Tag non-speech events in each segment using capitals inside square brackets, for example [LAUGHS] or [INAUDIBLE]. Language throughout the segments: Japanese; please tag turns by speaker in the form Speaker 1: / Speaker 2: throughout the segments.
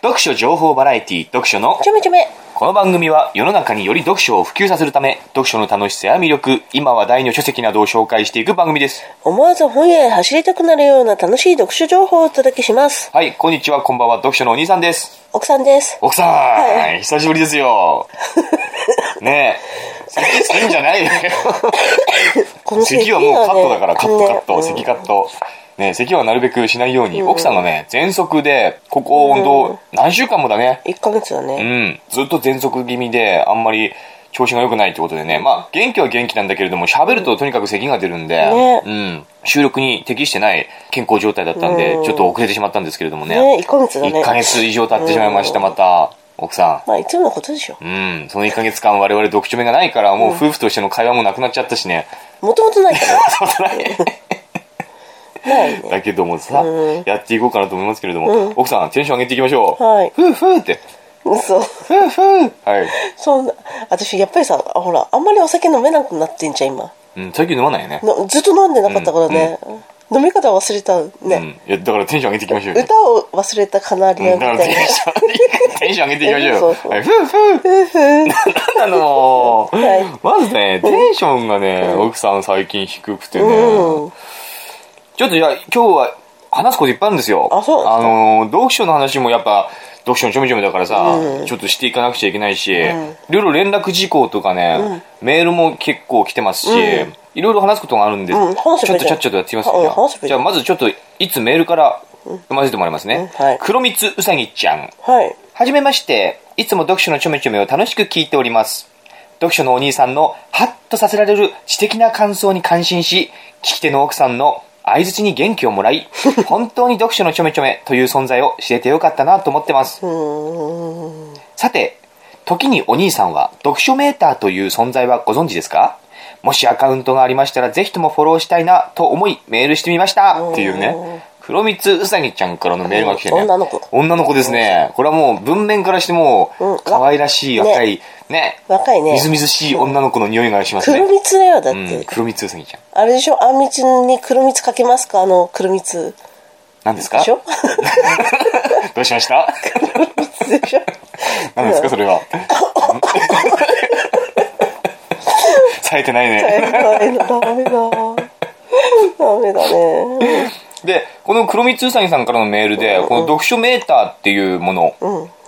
Speaker 1: 読書情報バラエティ読書の
Speaker 2: ちょめちょめ。
Speaker 1: この番組は世の中により読書を普及させるため読書の楽しさや魅力今話題の書籍などを紹介していく番組です
Speaker 2: 思わず本屋へ走りたくなるような楽しい読書情報をお届けします。
Speaker 1: はいこんにちはこんばんは読書のお兄さんです
Speaker 2: 奥さんです。
Speaker 1: 奥さん、
Speaker 2: は
Speaker 1: 久しぶりです [LAUGHS] よねえ咳するんじゃない [LAUGHS] よ
Speaker 2: この
Speaker 1: 咳はもうカットだからカットカット
Speaker 2: ね
Speaker 1: 咳カットねえ咳はなるべくしないように、奥さんがね喘息でここ本当何週間もだね
Speaker 2: うん、1ヶ月だ
Speaker 1: う
Speaker 2: ね。
Speaker 1: ん、ずっと喘息気味で、あんまり調子が良くないってことでね、まあ、元気は元気なんだけれども、喋るととにかく咳が出るんで、
Speaker 2: ね
Speaker 1: うん、収録に適してない健康状態だったんで、
Speaker 2: うん
Speaker 1: ちょっと遅れてしまったんですけれどもね、
Speaker 2: ね、1ヶ月だね。
Speaker 1: 1ヶ月以上経ってしまいました、また、奥さん。
Speaker 2: まあ、いつものことでしょ。
Speaker 1: うん、その1ヶ月間我々読書目がないから、もう夫婦としての会話もなくなっちゃったしね。
Speaker 2: もともとないから。ないね。
Speaker 1: だけどもさ、
Speaker 2: うん
Speaker 1: やっていこうかなと思いますけれども、奥さん、テンション上げていきましょう。
Speaker 2: はい
Speaker 1: ふうふうって、
Speaker 2: 嘘。
Speaker 1: ふうふう。はい。
Speaker 2: そんな、私、やっぱりさ、あほら、あんまりお酒飲めなくなってんじゃん、今。
Speaker 1: うん、最近飲まないよね。
Speaker 2: なずっと飲んでなかったからね。飲み方忘れたね。
Speaker 1: うん。いや、だからテンション上げていきましょうよ、
Speaker 2: 歌を忘れたカナリア
Speaker 1: だ
Speaker 2: み
Speaker 1: から
Speaker 2: た
Speaker 1: テ
Speaker 2: い
Speaker 1: ン
Speaker 2: な。
Speaker 1: ショ
Speaker 2: [LAUGHS]
Speaker 1: ン、テンション上げていきましょう
Speaker 2: そ
Speaker 1: よ
Speaker 2: うそう
Speaker 1: はい。ふうふう。あの
Speaker 2: は
Speaker 1: ー、まずね、テンションがね、奥さん最近低くてね。
Speaker 2: うん。
Speaker 1: ちょっといや、今日は話すこといっぱいあるんですよ。
Speaker 2: あそう
Speaker 1: あのー、読書の話もやっぱ、読書のちょめちょめだからさ
Speaker 2: う、ん
Speaker 1: ちょっとしていかなくちゃいけないし、い
Speaker 2: ん
Speaker 1: ろいろ連絡事項とかね、メールも結構来てますし、
Speaker 2: うん
Speaker 1: いろいろ話すことがあるんで、ち
Speaker 2: う
Speaker 1: ょ
Speaker 2: ん
Speaker 1: っ
Speaker 2: 話せ
Speaker 1: と
Speaker 2: ばいいじゃん
Speaker 1: ちゃっちゃとやってみます
Speaker 2: うん話せばいい
Speaker 1: じゃあまずちょっと、いつメールから読ませてもらいますね
Speaker 2: うんはい。
Speaker 1: 黒蜜うさぎちゃん。
Speaker 2: はい。
Speaker 1: はじめまして。いつも読書のちょめちょめを楽しく聞いております。読書のお兄さんのハッとさせられる知的な感想に感心し、聞き手の奥さんの相槌に元気をもらい、 [LAUGHS] 本当に読書のちょめちょめという存在を知れてよかったなと思ってます。
Speaker 2: うーん。
Speaker 1: さて、時にお兄さんは読書メーターという存在はご存知ですかもしアカウントがありましたらぜひともフォローしたいなと思いメールしてみましたっていうね。黒蜜うさぎちゃんからのメールが来てね。
Speaker 2: 女の子
Speaker 1: 女の子ですね。これはもう文面からしても
Speaker 2: うん、
Speaker 1: 可愛らしい
Speaker 2: わ
Speaker 1: 若い、ね。
Speaker 2: 若いね
Speaker 1: みずみずしい女の子の匂いがします
Speaker 2: 黒
Speaker 1: ね。
Speaker 2: 蜜だよ、だっ
Speaker 1: うん
Speaker 2: て。
Speaker 1: 黒蜜うさぎちゃん。
Speaker 2: あれでしょあんみつに黒蜜かけますかあの、黒蜜。
Speaker 1: 何ですか
Speaker 2: でしょ
Speaker 1: どうしました
Speaker 2: でしょ
Speaker 1: 何ですかそれは。 [LAUGHS] 冴えてないね。
Speaker 2: ダメだ、ダメだ。ダメだね。
Speaker 1: で、この黒光うさぎさんからのメールで、この読書メーターっていうもの、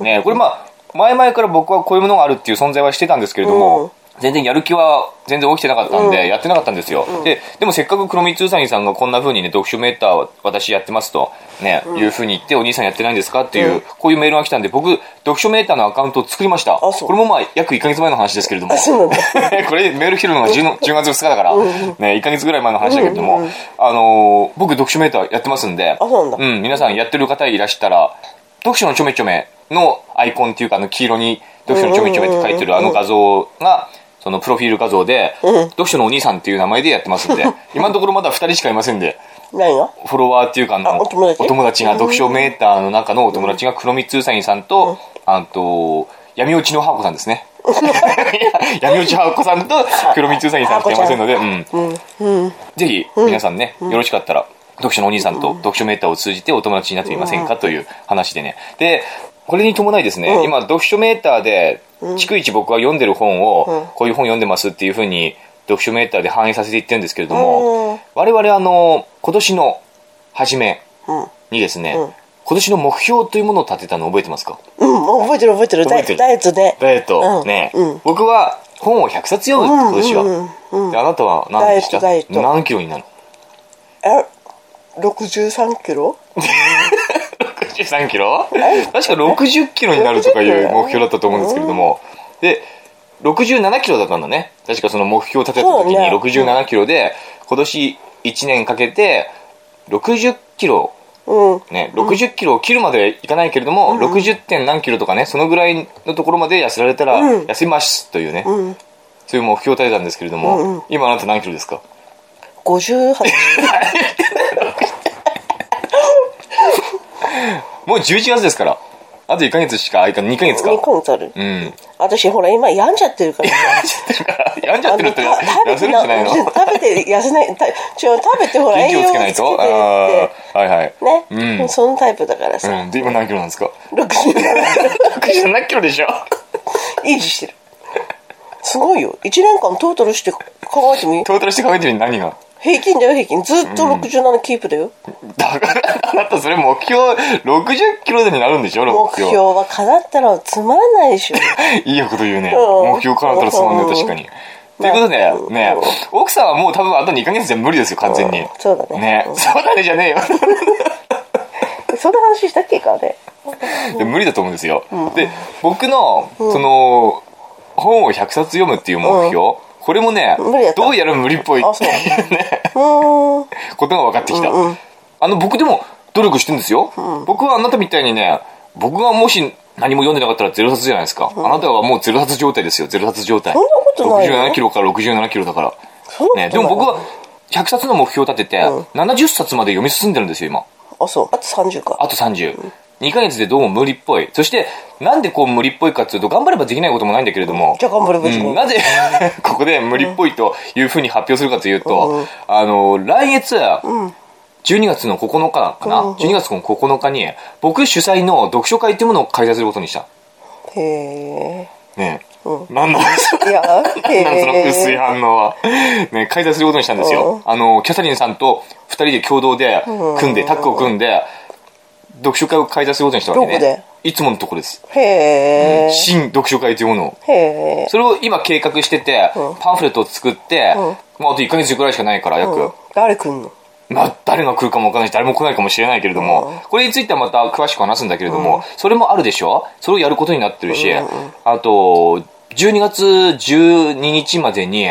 Speaker 1: ね、これまあ、前々から僕はこういうものがあるっていう存在はしてたんですけれども、全然やる気は全然起きてなかったんで、やってなかったんですよ。で、でもせっかく黒光うさぎさんがこんな風にね、読書メーターを私やってますと、ね、いう風に言って、お兄さんやってないんですかっていう、こういうメールが来たんで、僕、読書メーターのアカウントを作りました。こ
Speaker 2: あそう
Speaker 1: れもまあ、約1ヶ月前の話ですけれども
Speaker 2: あ、。そうなん
Speaker 1: [LAUGHS]
Speaker 2: だ。
Speaker 1: これメール来るのが
Speaker 2: [LAUGHS]
Speaker 1: 10, の10月2日だから、ね、1ヶ月ぐらい前の話だけれども、あのー僕読書メーターやってますんで
Speaker 2: あそうなんだ
Speaker 1: 皆さんやってる方いらしたら読書のちょめちょめのアイコンっていうかあの黄色に読書のちょめちょめって書いてるあの画像がそのプロフィール画像で、読書のお兄さんっていう名前でやってますん
Speaker 2: [LAUGHS]
Speaker 1: で今のところまだ2人しかいませんで
Speaker 2: 何が
Speaker 1: フォロワーっていうかあの
Speaker 2: あお友達
Speaker 1: が読書メーターの中のお友達が黒光うさぎさんと、あと闇落ちのハーコさんです [LAUGHS] ねいや闇落ちハーコさんと黒光うさぎさんしかいませんので、うんぜひ皆さんね、よろしかったら読書のお兄さんと読書メーターを通じてお友達になってみませんかという話でねでこれに伴いですね、
Speaker 2: うん
Speaker 1: 今読書メーターで逐一僕は読んでる本を、こういう本読んでますっていうふうに読書メーターで反映させていってるんですけれども、
Speaker 2: うん
Speaker 1: 我々あの今年の初め
Speaker 2: うん。
Speaker 1: にですね、
Speaker 2: うん
Speaker 1: 今年の目標というものを立てたの覚えてますか
Speaker 2: うん、もう覚えてる覚えてる。
Speaker 1: 覚
Speaker 2: ダ
Speaker 1: え
Speaker 2: イ
Speaker 1: てる
Speaker 2: ダイエットね。
Speaker 1: ダイエット、
Speaker 2: うん
Speaker 1: ね、
Speaker 2: うん
Speaker 1: 僕は本を100冊読む今年は、
Speaker 2: うんうんうんうん
Speaker 1: であなたは何でした
Speaker 2: ダイエットダイエット
Speaker 1: 何キロになる
Speaker 2: え、63キロ
Speaker 1: 63キロ [LAUGHS] 確か60キロになるとかいう目標だったと思うんですけれども、で67キロだったんだね確かその目標を立てた時に
Speaker 2: そうね
Speaker 1: 67キロで今年1年かけて60キロ
Speaker 2: うん。
Speaker 1: ね、60キロを切るまでいかないけれども、60. 点何キロとかねそのぐらいのところまで痩せられたら
Speaker 2: うん
Speaker 1: 痩せますというね、
Speaker 2: うん。
Speaker 1: そういう目標を立てたんですけれども、
Speaker 2: うんうん
Speaker 1: 今あなた何キロですか
Speaker 2: 58。
Speaker 1: もう11月ですからあと1ヶ月しかあいか2ヶ月か
Speaker 2: 2ヶ月ある。
Speaker 1: うん [LAUGHS]
Speaker 2: 私ほら今病んじゃってるからさ
Speaker 1: 病んじゃってるって
Speaker 2: あのた
Speaker 1: 痩せるんじゃないの
Speaker 2: 食べて痩せないたちょ食べてほら
Speaker 1: 元
Speaker 2: 栄
Speaker 1: 気
Speaker 2: 養
Speaker 1: を
Speaker 2: を
Speaker 1: つ
Speaker 2: つ
Speaker 1: け
Speaker 2: け
Speaker 1: ない
Speaker 2: て
Speaker 1: と
Speaker 2: っ
Speaker 1: あーはいはい
Speaker 2: てね、
Speaker 1: うん
Speaker 2: そのタイプだからさ、
Speaker 1: うん、で今何キロなんですか
Speaker 2: 67
Speaker 1: 67キロでしょ
Speaker 2: 維持してるすごいよ1年間トータルして考えてみ
Speaker 1: トータルして考えてみて何が
Speaker 2: 平均だよ平均ずっと67キープだよ、
Speaker 1: だからあなたそれ目標60キロでになるんでしょ
Speaker 2: 目
Speaker 1: 目標
Speaker 2: 標は叶ったらつまらない
Speaker 1: [LAUGHS]
Speaker 2: でしょ
Speaker 1: いいこと言うね
Speaker 2: うん
Speaker 1: 目標からったらつまんない確かにということで
Speaker 2: うん
Speaker 1: ね奥さんはもう多分あと2ヶ月じゃ無理ですよ完全に
Speaker 2: うんそうだね
Speaker 1: ね
Speaker 2: うん
Speaker 1: そうだねじゃねえよ
Speaker 2: そんな話したっけかね
Speaker 1: で無理だと思うんですよ、で僕のその本を100冊読むっていう目標、これもね
Speaker 2: 無理だった
Speaker 1: どうやら無理っぽい
Speaker 2: あ
Speaker 1: [LAUGHS] って
Speaker 2: そう
Speaker 1: いうね
Speaker 2: うーん
Speaker 1: ことが分かってきた、
Speaker 2: うんうん
Speaker 1: あの僕でも努力してるんですよ、僕はあなたみたいにね僕がもし何も読んでなかったらゼロ冊じゃないですか、あなたはもうゼロ冊状態ですよゼロ冊状態
Speaker 2: そんなことないよ
Speaker 1: 67キロから67キロだから
Speaker 2: そんなことない
Speaker 1: ね、でも僕は100冊の目標を立てて、70冊まで読み進んでるんですよ今
Speaker 2: あそうあと30か
Speaker 1: あと30。2ヶ月でどうも無理っぽい。そして、なんでこう無理っぽいかっていうと、頑張ればできないこともないんだけれども。
Speaker 2: じゃあ頑張ればいいじゃん
Speaker 1: うんなぜ、 [LAUGHS] ここで無理っぽいというふうに発表するかというと、あの、来月、12月の9日かな、12月の9日に、僕主催の読書会っていうものを開催することにした。
Speaker 2: へえ
Speaker 1: ねえ。なんなんです
Speaker 2: いや
Speaker 1: [LAUGHS]
Speaker 2: へ
Speaker 1: なんその薄い
Speaker 2: え
Speaker 1: 反応は。ね、開催することにしたんですよ。あの、キャサリンさんと二人で共同で組んで、タッグを組んで、読書会を開催することにしたわけね。
Speaker 2: どこで
Speaker 1: いつものとこです。
Speaker 2: へえ
Speaker 1: 新読書会というものを。
Speaker 2: へえ
Speaker 1: それを今計画してて、パンフレットを作って、まあ、あと1ヶ月ぐらいしかないから、約。
Speaker 2: 誰来んの
Speaker 1: まあ、誰が来るかもわからないし、誰も来ないかもしれないけれども、これについてはまた詳しく話すんだけれども、それもあるでしょそれをやることになってるし、あと、12月12日までに、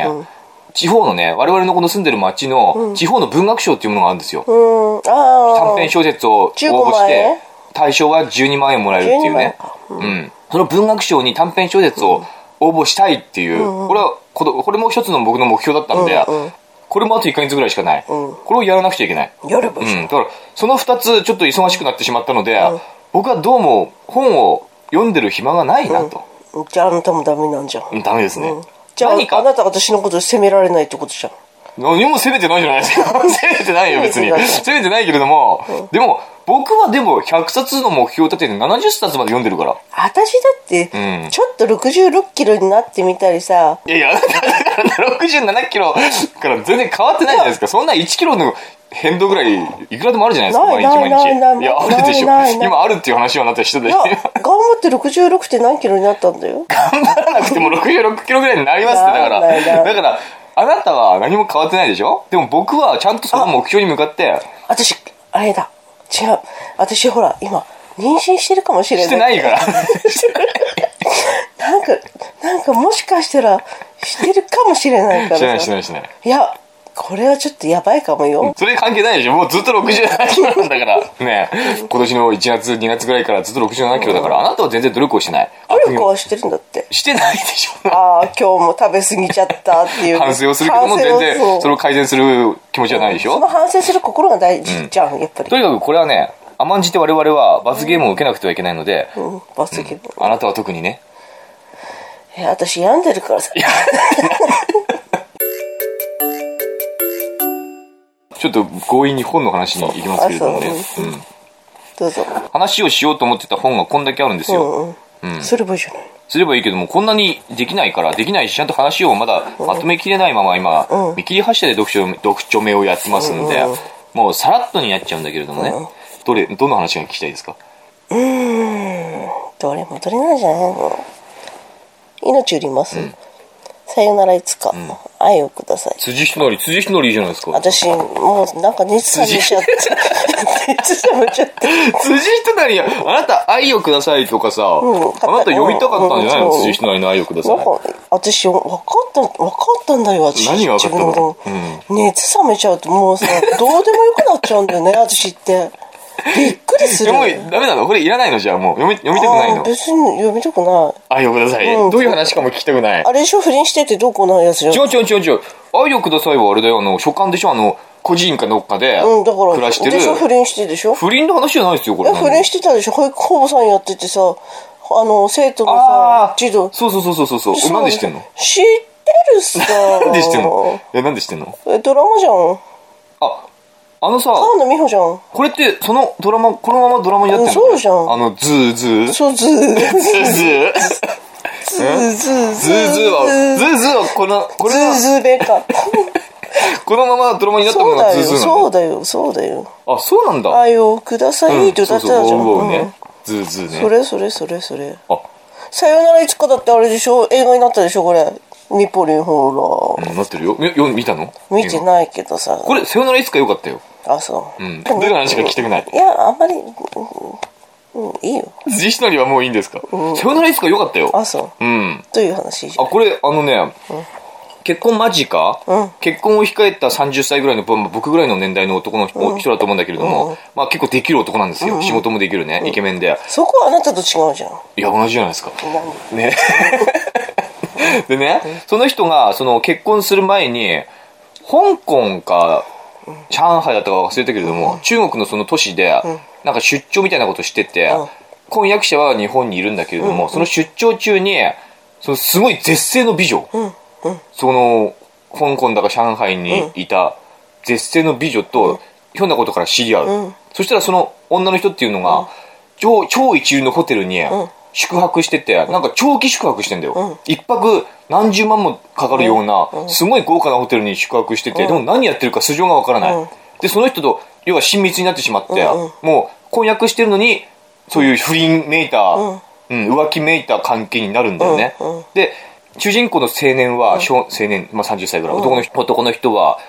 Speaker 1: 地方のね、我々のこの住んでる町の、地方の文学賞っていうものがあるんですよ。
Speaker 2: うーんああ
Speaker 1: 短編小説を応募
Speaker 2: 15
Speaker 1: し
Speaker 2: 万
Speaker 1: て
Speaker 2: 円、
Speaker 1: 対象は12万円もらえるっていうね。うん。その文学賞に短編小説を応募したいっていう、これは、このこれも一つの僕の目標だったんで、
Speaker 2: うんうん
Speaker 1: これもあと1ヶ月ぐらいしかない。
Speaker 2: うん
Speaker 1: これをやらなくちゃいけない。
Speaker 2: やれば
Speaker 1: う
Speaker 2: いいじゃん
Speaker 1: ん、だからその2つちょっと忙しくなってしまったので、僕はどうも本を読んでる暇がないなと、
Speaker 2: じゃああなたもダメなんじゃん、
Speaker 1: うんダメですね、
Speaker 2: じゃあ
Speaker 1: 何か
Speaker 2: あなた私のこと責められないってことじゃん
Speaker 1: 何も責めてないじゃないです [LAUGHS] か責めてないよ別に [LAUGHS]
Speaker 2: 責め
Speaker 1: 責めて
Speaker 2: てない
Speaker 1: ないけれども、でも僕はでも100冊の目標を立てて70冊まで読んでるから
Speaker 2: 私だって、
Speaker 1: うん
Speaker 2: ちょっと66キロになってみた
Speaker 1: [LAUGHS]
Speaker 2: りさ
Speaker 1: いやいやだから67キロから全然変わってないじゃないですかそんな1キロの変動ぐらいいくらでもあるじゃないですか
Speaker 2: ない
Speaker 1: 毎日毎日
Speaker 2: ないないない
Speaker 1: やあるでしょ
Speaker 2: ないないない
Speaker 1: 今あるっていう話はあなたしてた
Speaker 2: い
Speaker 1: でし
Speaker 2: や
Speaker 1: ょ
Speaker 2: 頑張って66って何キロになったんだよ
Speaker 1: 頑張らなくても66キロぐらいになりますってだから
Speaker 2: なるなる
Speaker 1: だからあなたは何も変わってないでしょでも僕はちゃんとその目標に向かって
Speaker 2: 私あれだ違う私ほら今妊娠してるかもしれない
Speaker 1: してない
Speaker 2: [LAUGHS]
Speaker 1: から
Speaker 2: なんかなんかもしかしたらしてるかもしれないからさ
Speaker 1: してないしてないしてない
Speaker 2: いやこれはちょっとやばいかもよ、
Speaker 1: それ関係ないでしょもうずっと67キロなんだからねえ今年の1月2月ぐらいからずっと67キロだからあなたは全然努力をしてない
Speaker 2: 努力はしてるんだって
Speaker 1: してないでしょ
Speaker 2: ああ今日も食べ過ぎちゃったっていう
Speaker 1: 反省をするけども
Speaker 2: 反省
Speaker 1: 全
Speaker 2: を
Speaker 1: 然それを改善する気持ちはないでし
Speaker 2: そ
Speaker 1: ょ
Speaker 2: の反省する心が大事じゃん、やっぱり
Speaker 1: とにかくこれはね甘んじて我々は罰ゲームを受けなくてはいけないので
Speaker 2: うん罰ゲーム、
Speaker 1: あなたは特に
Speaker 2: [LAUGHS]
Speaker 1: ね
Speaker 2: え私病んでるからさ
Speaker 1: ちょっと強引に本の話に行きますけれどもね
Speaker 2: あそう
Speaker 1: うん
Speaker 2: どうぞ
Speaker 1: 話をしようと思ってた本がこんだけあるんです
Speaker 2: う
Speaker 1: よ。
Speaker 2: んうん、すればいいじゃない
Speaker 1: すればいいけども、こんなにできないから、できないし、ちゃんと話をまだまとめきれないまま今、見切り発車で読書、読書目をやってますんで、もうさらっとになっちゃうんだけれどもね。どれ、どの話が聞きたいですか
Speaker 2: うーんどれもどれなんじゃないの命売ります、さよならいつか、愛をください
Speaker 1: 辻ひのり、辻ひのりいいじゃないですか。
Speaker 2: 私もうなんか熱冷め
Speaker 1: [LAUGHS]
Speaker 2: ちゃって熱冷めちゃって
Speaker 1: 辻ひのり、あなた愛をくださいとかさ、
Speaker 2: ん
Speaker 1: あなた読みたかったんじゃないの、
Speaker 2: うん
Speaker 1: 辻ひのりの愛をくださ
Speaker 2: ないん。か私分かった分かったんだよ私
Speaker 1: 何が分かったの
Speaker 2: 自分熱冷めちゃうともうさどうでもよくなっちゃうんだよね私ってびっくりする
Speaker 1: でも、ダメなのこれいらないのじゃあもう、読み、読みたくない
Speaker 2: あー
Speaker 1: の
Speaker 2: 別に読みたくない
Speaker 1: 愛をください。
Speaker 2: うん
Speaker 1: どういう話かも聞きたくない。
Speaker 2: あれでしょ不倫しててどうこうないやつじゃん
Speaker 1: 違う違う違う違う。愛をくださいはあれだよ、あの、所管でしょ、あの、個人かどっかで、
Speaker 2: うんだから
Speaker 1: 暮らしてる
Speaker 2: で。しょ不倫してでしょ
Speaker 1: 不倫の話じゃないですよ、これ。
Speaker 2: え不倫してたでしょ保育保母さんやっててさあの、生徒の
Speaker 1: あ
Speaker 2: さ
Speaker 1: あ、
Speaker 2: 児童。
Speaker 1: そうそうそうそうそう
Speaker 2: そう
Speaker 1: なんで知ってんの
Speaker 2: 知ってるさ。
Speaker 1: [LAUGHS] なんで知ってんのえなんで知ってんの
Speaker 2: えドラマじゃん。
Speaker 1: ああのさ
Speaker 2: 河野美穂じゃん。
Speaker 1: これってそのドラマこのままドラマになってんの
Speaker 2: そうじゃん
Speaker 1: あのズーズー
Speaker 2: そう、ズー。
Speaker 1: ズーズー
Speaker 2: ズー、ズー、
Speaker 1: ズーズーはズーズーはこのこれは
Speaker 2: ズーズーベか。
Speaker 1: このままドラマになったも
Speaker 2: そ
Speaker 1: のが
Speaker 2: うだ
Speaker 1: ズー
Speaker 2: よ、
Speaker 1: ズーな
Speaker 2: そう
Speaker 1: の
Speaker 2: だよ、そうだよ。
Speaker 1: あそうなんだ
Speaker 2: 愛をくださいって歌ってたじゃん。
Speaker 1: そうそうウォウウォウ
Speaker 2: うん
Speaker 1: ねズーズー
Speaker 2: そ
Speaker 1: ね
Speaker 2: れそれそれそれ。
Speaker 1: あ
Speaker 2: さよならいつかだってあれでしょ映画になったでしょこれ。ミポリンほ
Speaker 1: うんなってるよみよ見たの
Speaker 2: ら。見て
Speaker 1: い
Speaker 2: ないけどさ。
Speaker 1: これ「さよならいつか」よかったよ
Speaker 2: あ、そう。
Speaker 1: うんどういう話か聞きたくない
Speaker 2: いや、あんまり、うんうん、いいよ。
Speaker 1: 自しのりはもういいんですか「さよならいつか」よかったよ
Speaker 2: あ、そう。
Speaker 1: うん
Speaker 2: という話じゃ
Speaker 1: あ
Speaker 2: ん。
Speaker 1: これあのね結婚間近、結婚を控えた30歳ぐらいのぼ僕ぐらいの年代の男の人人だと思うんだけれども、まあ、結構できる男なんですよ、仕事もできるね、イケメンで
Speaker 2: そこはあなたと違うじゃん。
Speaker 1: いや同じじゃないですか
Speaker 2: 何
Speaker 1: ね [LAUGHS] でねその人がその結婚する前に香港か上海だったか忘れたけれども、中国のその都市でなんか出張みたいなことしてて、
Speaker 2: うん
Speaker 1: 婚約者は日本にいるんだけれども、その出張中にそのすごい絶世の美女、その香港だか上海にいた絶世の美女とひょんなことから知り合う、そしたらその女の人っていうのが、超超一流のホテルに宿泊してて、なんか長期宿泊してんだよ、一泊何十万もかかるような、すごい豪華なホテルに宿泊してて、でも何やってるか素性がわからない、
Speaker 2: うん
Speaker 1: でその人と要は親密になってしまって、
Speaker 2: うんうん
Speaker 1: もう婚約してるのにそういう不倫めいた、うん浮気めいた関係になるんだよね、
Speaker 2: うんうん
Speaker 1: で主人公の青年は、少青年、まあ、30歳ぐらい、男の人男の人は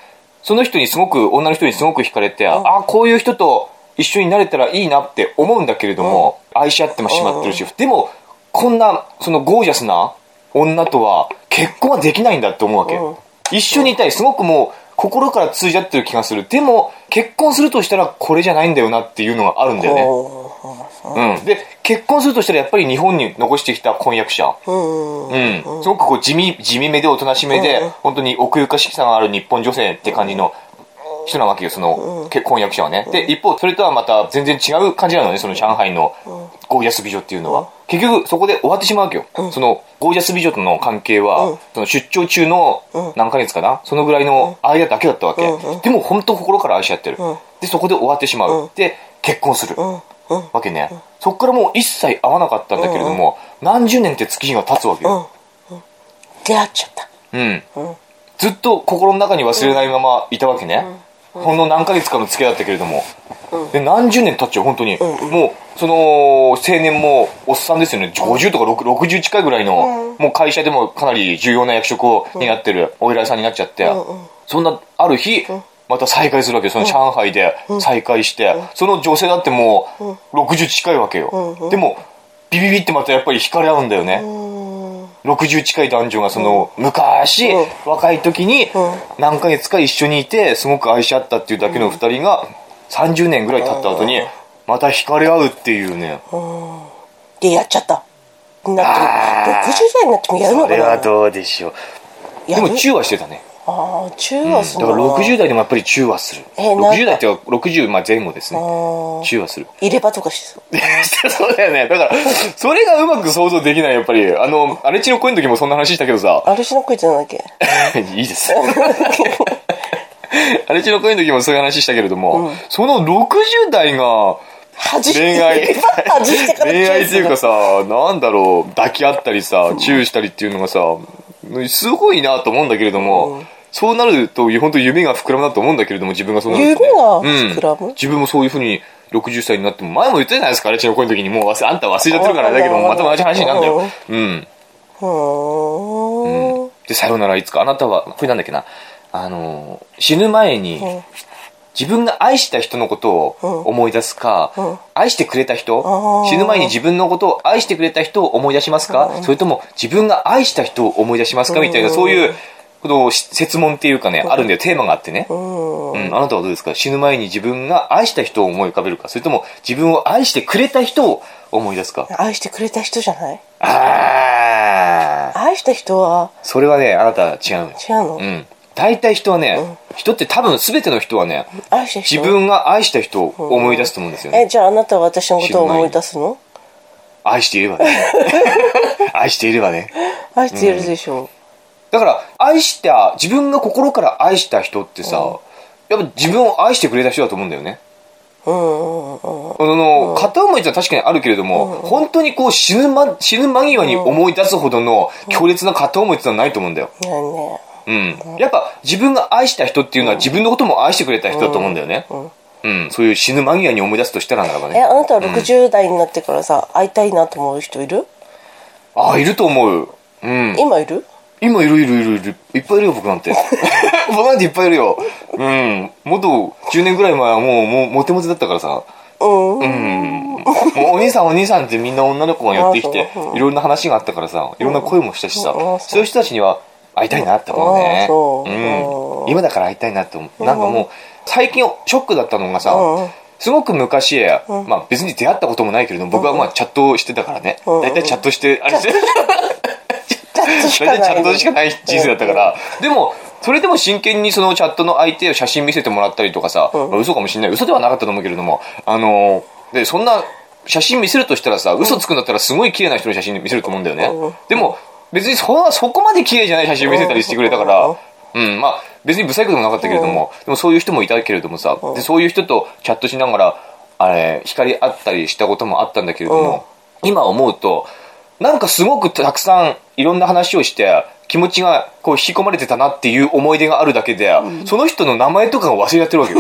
Speaker 1: その人にすごく女の人にすごく惹かれて、ああこういう人と一緒になれたらいいなって思うんだけれども、愛し合ってもしまってるし、でもこんなそのゴージャスな女とは結婚はできないんだって思うわけ、
Speaker 2: うん
Speaker 1: 一緒にいたいすごくもう心から通じ合ってる気がするでも結婚するとしたらこれじゃないんだよなっていうのがあるんだよねうん、で結婚するとしたらやっぱり日本に残してきた婚約者、
Speaker 2: うん。うん。
Speaker 1: うん、すごくこう地味地味めでおとなしめで、本当に奥ゆかしさがある日本女性って感じの人なわけよその、け婚約者はね、で一方それとはまた全然違う感じなのねその上海のゴージャス美女っていうのは、結局そこで終わってしまうわけよ、そのゴージャス美女との関係は、その出張中の何ヶ月かな、そのぐらいの間だけだったわけ、でも本当心から愛し合ってる、でそこで終わってしまう、で結婚する、わけね、そこからもう一切会わなかったんだけれども、何十年って月日が経つわけよ、
Speaker 2: 出会っちゃった。
Speaker 1: うんずっと心の中に忘れないままいたわけね、ほんの何ヶ月かの付き合いだったけれども、で何十年経っちゃう本当に、もうその青年もおっさんですよね50とか6 60近いぐらいの、もう会社でもかなり重要な役職を担ってるお偉いさんになっちゃって、そんなある日、また再会するわけよその上海で再会して、その女性だってもう60近いわけよ、でもビビビってまたやっぱり惹かれ合うんだよね、
Speaker 2: うん。
Speaker 1: 60近い男女がその昔、
Speaker 2: うん
Speaker 1: 若い時に何ヶ月か一緒にいてすごく愛し合ったっていうだけの2人が30年ぐらい経った後にまた惹かれ合うっていうね
Speaker 2: で、やっちゃった。なってる
Speaker 1: あー
Speaker 2: 60代になってもやるの
Speaker 1: そ
Speaker 2: かな
Speaker 1: れはどうでしょう
Speaker 2: や
Speaker 1: で
Speaker 2: る
Speaker 1: も中和してたね
Speaker 2: ああ、中和す
Speaker 1: だ
Speaker 2: る
Speaker 1: か
Speaker 2: の
Speaker 1: ら
Speaker 2: かな
Speaker 1: 60代でもやっぱり中和する
Speaker 2: えなんか
Speaker 1: 60代っていうか60まあ前後です
Speaker 2: あ
Speaker 1: ね
Speaker 2: ー
Speaker 1: 中和する [LAUGHS]
Speaker 2: 入れ歯とかしてそう。
Speaker 1: そうだよねだからそれがうまく想像できないやっぱりあの荒地の声の時もそんな話したけどさ
Speaker 2: あれしなくいってなんだっけ
Speaker 1: [LAUGHS] いいです。あれちの恋の時もそういう話したけれども、その60代が
Speaker 2: 外して。
Speaker 1: 恋愛
Speaker 2: 入れ歯外してから
Speaker 1: 恋愛っていうか
Speaker 2: チ
Speaker 1: さ、なんだろう、抱き合ったりさ、チューしたりっていうのがさ、すごいなと思うんだけれども、そうなると本当夢が膨らむなと思うんだけれども自分がそうなると、
Speaker 2: 夢が膨らむ
Speaker 1: 自分もそういうふうに60歳になっても前も言ったじゃないですかあれちの恋の時にもう忘れあんた忘れちゃってるからだけど
Speaker 2: あ
Speaker 1: また同じ話になるんだようん
Speaker 2: ョイスうん。
Speaker 1: で、さよならいつか、あなたは、これなんだっけな、あのー、死ぬ前に、自分が愛した人のことを思い出すか、愛してくれた人
Speaker 2: あ、ー
Speaker 1: 死ぬ前に自分のことを愛してくれた人を思い出しますか、それとも自分が愛した人を思い出しますかみたいな、そういう、この説問っていうかね、あるんだよ、テーマがあってね。
Speaker 2: うん。
Speaker 1: うん、あなたはどうですか死ぬ前に自分が愛した人を思い浮かべるか、それとも自分を愛してくれた人を思い出すか。
Speaker 2: 愛してくれた人じゃない
Speaker 1: あー、
Speaker 2: 愛した人は
Speaker 1: それはね、あなた違うのよ。
Speaker 2: 違うの、
Speaker 1: うん。大体人はね、人って多分全ての人はね、
Speaker 2: 愛した人
Speaker 1: 自分が愛した人を思い出すと思うんですよ
Speaker 2: え
Speaker 1: ね。
Speaker 2: じゃああなたは私のことを思い出すの
Speaker 1: 愛していればね。 [LAUGHS] 愛していればね。
Speaker 2: 愛しているでしょ
Speaker 1: だから、愛した、自分が心から愛した人ってさ、やっぱ自分を愛してくれた人だと思うんだよね。
Speaker 2: う。うんうんうんうん。
Speaker 1: あの、片思いってのは確かにあるけれども、本当にこう死ぬま、死ぬ間際に思い出すほどの強烈な片思いってのはないと思うんだよ。
Speaker 2: ないね。
Speaker 1: うん。やっぱ自分が愛した人っていうのは自分のことも愛してくれた人だと思うんだよね。うん。そういう死ぬ間際に思い出すとしたらならば
Speaker 2: え、
Speaker 1: ね。
Speaker 2: あなたは60代になってからさ、会いたいなと思う人いる
Speaker 1: ああ、いると思う。うん。
Speaker 2: 今いる
Speaker 1: 今いるいるいるいる。いっぱいいるよ、僕なんて。 [LAUGHS] 僕なんていっぱいいるよ。うん。元10年ぐらい前はもう、もう、モテモテだったからさ。
Speaker 2: うん。
Speaker 1: うん。もうお兄さんお兄さんってみんな女の子が寄ってきて
Speaker 2: あそうう、ん
Speaker 1: いろんな話があったからさ、いろんな声もしたしさ
Speaker 2: うんあ、そう
Speaker 1: そういう人たちには会いたいなって思う
Speaker 2: あ
Speaker 1: ね。
Speaker 2: そう
Speaker 1: うん。今だから会いたいなって思う。なんかもう、最近ショックだったのがさ
Speaker 2: うん、
Speaker 1: すごく昔、まあ別に出会ったこともないけれども、僕はまあチャットをしてたからね。
Speaker 2: うん
Speaker 1: 大体チャットして、あれして。
Speaker 2: チャットし
Speaker 1: そ
Speaker 2: か
Speaker 1: れ
Speaker 2: な
Speaker 1: でチ
Speaker 2: い。
Speaker 1: ャットしかない人生だったから、でも、それでも真剣にそのチャットの相手を写真見せてもらったりとかさ、まあ嘘かもしれない。嘘ではなかったと思うけれども、あのーで、そんな写真見せるとしたらさ、嘘つくんだったらすごい綺麗な人の写真見せると思うんだよね
Speaker 2: うん。
Speaker 1: でも、別にそんなそこまで綺麗じゃない写真を見せたりしてくれたから、うん、まあ、別に不細工でもなかったけれども、でもそういう人もいたけれどもさ、で、そういう人とチャットしながら、あれ、光り合ったりしたこともあったんだけれども、今思うと、なんかすごくたくさんいろんな話をして、気持ちがこう引き込まれてたなっていう思い出があるだけで、その人の名前とかを忘れちゃってるわけ [LAUGHS] よ。